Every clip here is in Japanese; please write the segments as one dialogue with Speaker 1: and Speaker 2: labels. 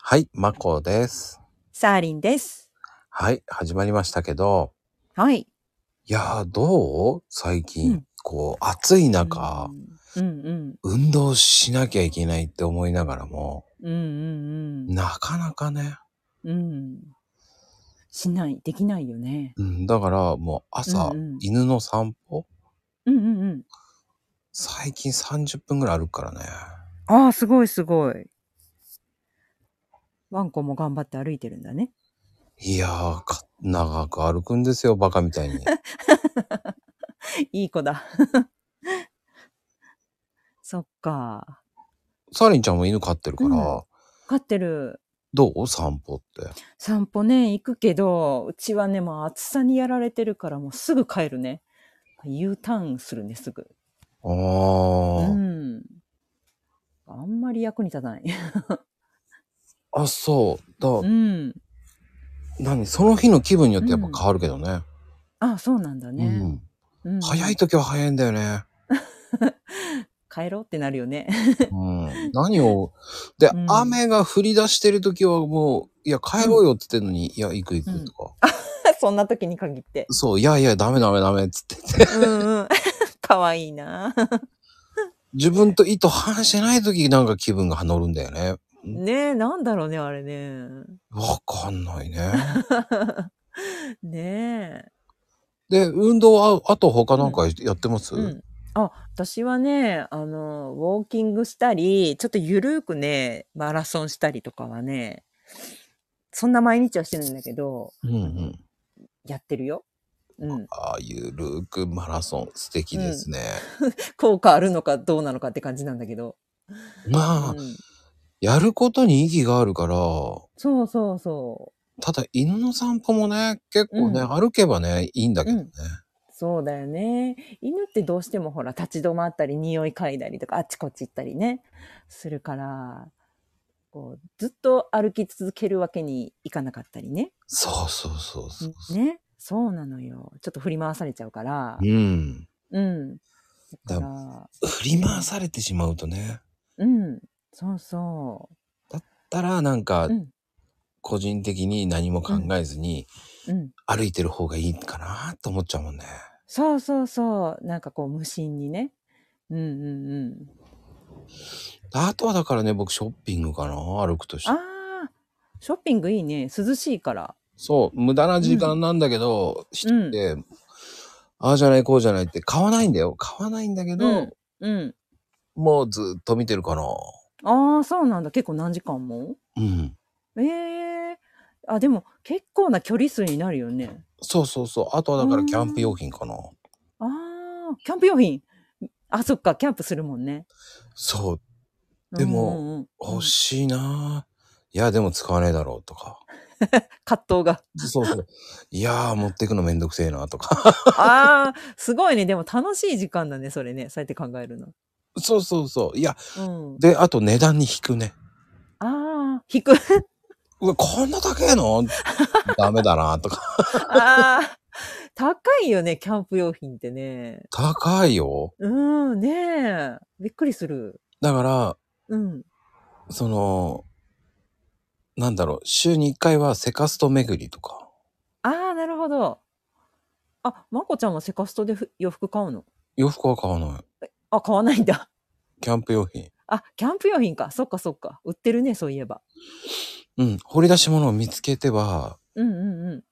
Speaker 1: はい、まこです。
Speaker 2: サーリンです。
Speaker 1: はい、始まりましたけど、
Speaker 2: はい。
Speaker 1: いやー、どう最近、
Speaker 2: うん
Speaker 1: こう、暑い中、
Speaker 2: うんうん
Speaker 1: 運動しなきゃいけないって思いながらも、
Speaker 2: うんうん
Speaker 1: なかなかね、
Speaker 2: うんうん。しない、できないよね。
Speaker 1: うん、だからもう朝、
Speaker 2: うんうん
Speaker 1: 犬の散歩、
Speaker 2: うんうんうん。
Speaker 1: 最近30分ぐらい歩くからね。
Speaker 2: ああ、すごいすごい。ワンコも頑張って歩いてるんだね。
Speaker 1: いやーか、長く歩くんですよ、バカみた いに。
Speaker 2: いい子だ。 そっか。
Speaker 1: サーリンちゃんも犬飼ってるから、
Speaker 2: うん飼ってる
Speaker 1: どう散歩って。
Speaker 2: 散歩ね、行くけど、うちはね、もう暑さにやられてるから、もうすぐ帰るね。U ターンするね、すぐ。
Speaker 1: あ
Speaker 2: う
Speaker 1: ー、
Speaker 2: ん。あんまり役に立たない。
Speaker 1: あ、そう。だ、
Speaker 2: うん。
Speaker 1: 何その日の気分によってやっぱ変わるけどね。
Speaker 2: あそうなんだ
Speaker 1: う
Speaker 2: ね。
Speaker 1: ん
Speaker 2: うん
Speaker 1: 早い時は早いんだよ ね。
Speaker 2: 帰ろうってなるよね。
Speaker 1: うん、何を。で、
Speaker 2: うん
Speaker 1: 雨が降り出してる時はもう、いや、帰ろうよって言ってんのに、いや、行く行くとか。
Speaker 2: そんな時に 限って。
Speaker 1: そう、いやいや、ダメダメダメっつってて。
Speaker 2: うん うん。かわいいな。
Speaker 1: 自分と意図反してない時なんか気分が乗るんだよね。
Speaker 2: ねえ、なんだろうね、あれね。
Speaker 1: わかんないね。
Speaker 2: ね
Speaker 1: で、運動は、あと他なんかやってます、
Speaker 2: え。うん。あ、私はね、あの、ウォーキングしたり、ちょっとゆるーくね、マラソンしたりとかはね、そんな毎日はしてないんだけど、
Speaker 1: うん、うん。
Speaker 2: やってるよ。うん。
Speaker 1: ああ、ゆるーくマラソン、素敵ですね。
Speaker 2: 効果あるのかどうなのかって感じなんだけど。
Speaker 1: まあ、
Speaker 2: うん、
Speaker 1: やることに意義があるから、
Speaker 2: そうそうそう。
Speaker 1: ただ犬の散歩もね、結構ね、
Speaker 2: うん
Speaker 1: 歩けばね、いいんだけどね。
Speaker 2: そうだよね。犬ってどうしてもほら立ち止まったり匂い嗅いだりとかあっちこっち行ったりねするからこうずっと歩き続けるわけにいかなかったりね。
Speaker 1: そうそうそうそう。
Speaker 2: ねそうなのよ。ちょっと振り回されちゃうから
Speaker 1: う。ん。
Speaker 2: うん。だ
Speaker 1: だ
Speaker 2: から
Speaker 1: 振り回されてしまうとね。
Speaker 2: うんそうそ
Speaker 1: たらなんか
Speaker 2: う。うん
Speaker 1: 個人的に何も考えずに
Speaker 2: うん。
Speaker 1: 歩いてる方がいいかなと思っちゃうもんね。
Speaker 2: そうそうそう。なんかこう無心にね。うんうんうん。
Speaker 1: あとはだからね、僕ショッピングかな歩くとし
Speaker 2: あ
Speaker 1: て。
Speaker 2: あショッピングいいね。涼しいから。
Speaker 1: そう、無駄な時間なんだけど、知って、ああじゃないこうじゃないって買わないんだよ。買わないんだけど、
Speaker 2: うんうん。
Speaker 1: もうずっと見てるかな。
Speaker 2: ああそうなんだ。結構何時間も
Speaker 1: うん。
Speaker 2: ええあ、でも結構な距離数になるよね。
Speaker 1: そうそうそう。あとはだからキャンプ用品かな。
Speaker 2: ああ、キャンプ用品。あ、そっか、キャンプするもんね。
Speaker 1: そう。でも
Speaker 2: うんうんうん、
Speaker 1: 欲しいなぁ。いや、でも使わねえだろうとか。
Speaker 2: 葛藤が。
Speaker 1: そうそう。いやー、持ってくのめんどくせえなとか。
Speaker 2: ああ、すごいね。でも楽しい時間だね、それね。そうやって考えるの。
Speaker 1: そうそうそう。いや、
Speaker 2: うん。
Speaker 1: で、あと値段に引くね。
Speaker 2: ああ、引く。
Speaker 1: うわ、こんな高え のダメだなとか。
Speaker 2: ああ、高いよね、キャンプ用品ってね。
Speaker 1: 高いよ。
Speaker 2: うん、ねえ。びっくりする。
Speaker 1: だから、
Speaker 2: うん。
Speaker 1: その、なんだろう、週に1回はセカスト巡りとか。
Speaker 2: ああ、なるほど。あ、まこちゃんはセカストでふ洋服買うの
Speaker 1: 洋服は買わない。
Speaker 2: あ、買わないんだ。
Speaker 1: キャンプ用品。
Speaker 2: あ、キャンプ用品か。そっかそっか。売ってるね、そういえば。
Speaker 1: うん、掘り出し物を見つけては、
Speaker 2: うんうんうん。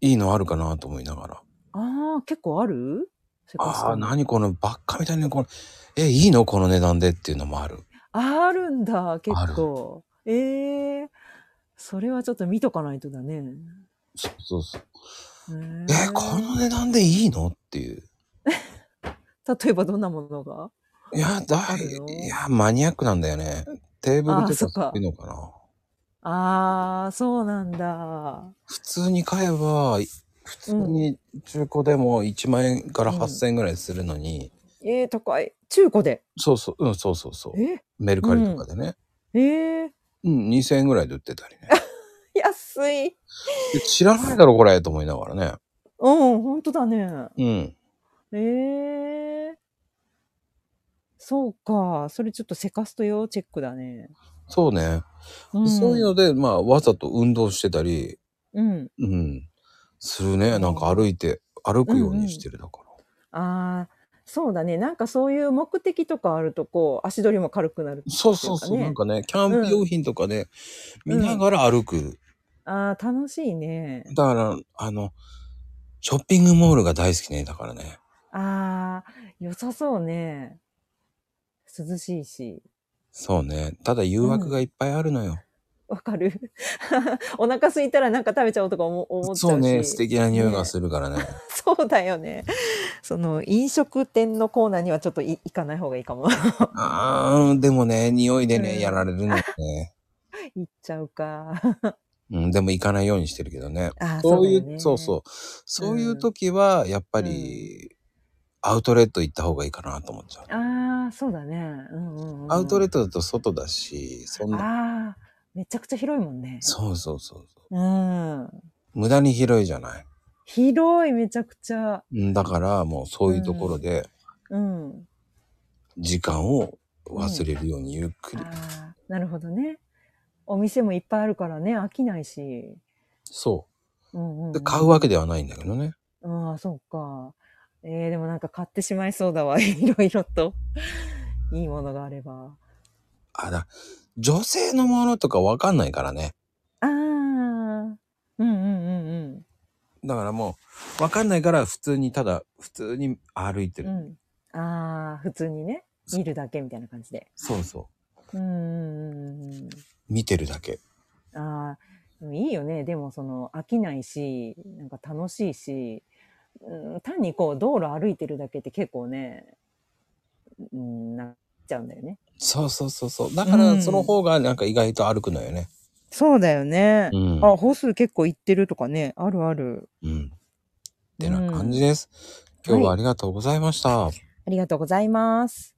Speaker 1: いいのあるかなと思いながら。
Speaker 2: ああ、結構あるセカス
Speaker 1: あ
Speaker 2: ト
Speaker 1: あ、
Speaker 2: の
Speaker 1: 何このばっかみたいな、この、え、いいのこの値段でっていうのもある。
Speaker 2: ああるんだ、結構。ええそれはちょっと見とかないとだね。
Speaker 1: そうそうそう。
Speaker 2: えー
Speaker 1: えーこの値段でいいのっていう。
Speaker 2: 例えばどんなものが
Speaker 1: いや、だ
Speaker 2: あ
Speaker 1: い、
Speaker 2: るよ
Speaker 1: いや、マニアックなんだよね。テーブル
Speaker 2: あー
Speaker 1: と
Speaker 2: そ
Speaker 1: か
Speaker 2: っか
Speaker 1: そういうのかな。
Speaker 2: ああ、そうなんだ。
Speaker 1: 普通に買えば、い普通に中古でも1万円から8000円ぐらいするのに、
Speaker 2: ええ高い。中古で。
Speaker 1: そうそう、うん、そうそうそう。
Speaker 2: え
Speaker 1: メルカリとかでね。
Speaker 2: ええ
Speaker 1: うん、2000円ぐらいで売ってたりね。
Speaker 2: 安い。
Speaker 1: で知らないだろ、これ、と思いながらね。
Speaker 2: うん、本当だね。
Speaker 1: うん。
Speaker 2: ええそうか。それちょっとセカスト用チェックだね。
Speaker 1: そうね、
Speaker 2: うん
Speaker 1: そういうので、まあ、わざと運動してたり、
Speaker 2: うん。
Speaker 1: うん、するね。なんか歩いて、歩くようにしてるだから。
Speaker 2: ああ、そうだね。なんかそういう目的とかあると、こう、足取りも軽く なる。
Speaker 1: そうそうそう、
Speaker 2: ね
Speaker 1: なんかね、キャンプ用品とかね、
Speaker 2: うん
Speaker 1: 見ながら歩く。
Speaker 2: ああ、楽しいね。
Speaker 1: だから、あの、ショッピングモールが大好きね、だからね。
Speaker 2: ああ、良さそうね。涼しいし。
Speaker 1: そうね。ただ誘惑がいっぱいあるのよ。
Speaker 2: わかる お腹空いたらなんか食べちゃおうとか思思っちゃうし。
Speaker 1: そうね、素敵な匂いがするからね。
Speaker 2: そうだよね。その飲食店のコーナーにはちょっとい行かない方がいいかも。
Speaker 1: あーでもね、匂いで
Speaker 2: う
Speaker 1: ね、
Speaker 2: ん
Speaker 1: やられるのね。
Speaker 2: 行っちゃうか。
Speaker 1: うん、でも行かないようにしてるけどね。
Speaker 2: あ
Speaker 1: そういう、そう,、そう
Speaker 2: う
Speaker 1: そういう時は、やっぱり、アウトレット行った方がいいかなと思っちゃう。
Speaker 2: だよね。ああ、そうだね。うんうんうん、
Speaker 1: アウトレットだと外だし、そんな、
Speaker 2: ああ、めちゃくちゃ広いもんね。
Speaker 1: そうそうそうそう。
Speaker 2: うん。
Speaker 1: 無駄に広いじゃない。
Speaker 2: 広い、めちゃくちゃ。
Speaker 1: うんだからもうそういうところで
Speaker 2: うん。
Speaker 1: 時間を忘れるようにゆっくり。
Speaker 2: ああ、なるほどね。お店もいっぱいあるからね、飽きないし。
Speaker 1: そ
Speaker 2: うんうん、う
Speaker 1: う。
Speaker 2: ん。
Speaker 1: で買うわけではないんだけどね。
Speaker 2: ああ、そうか。えー、でもなんか買ってしまいそうだわ。 いろいろと。いいものがあれば。
Speaker 1: あだ、女性のものとかわかんないからね。
Speaker 2: ああ。うんうんうん
Speaker 1: だからもうわかんないから普通にただ普通に歩いて
Speaker 2: うん。
Speaker 1: る。
Speaker 2: うん。ああ、普通にね、
Speaker 1: そう
Speaker 2: 見るだけみたいな感じで。
Speaker 1: そうそ
Speaker 2: うんうんうん
Speaker 1: う。見てるだけ。
Speaker 2: うん。ああ、でもいいよね。でもその飽きないし、なんか楽しいし、うん、単にこう道路歩いてるだけって結構ね、うん、なっちゃうんだよね。
Speaker 1: そうそうそうそう。だか
Speaker 2: う
Speaker 1: ら
Speaker 2: ん
Speaker 1: その方がなんか意外と歩くのよね。
Speaker 2: そうだよね
Speaker 1: うん。
Speaker 2: あ、歩数結構いってるとかね、あるある。
Speaker 1: うん。ってな感じです。今日はありがとうございました。
Speaker 2: ありがとうございます。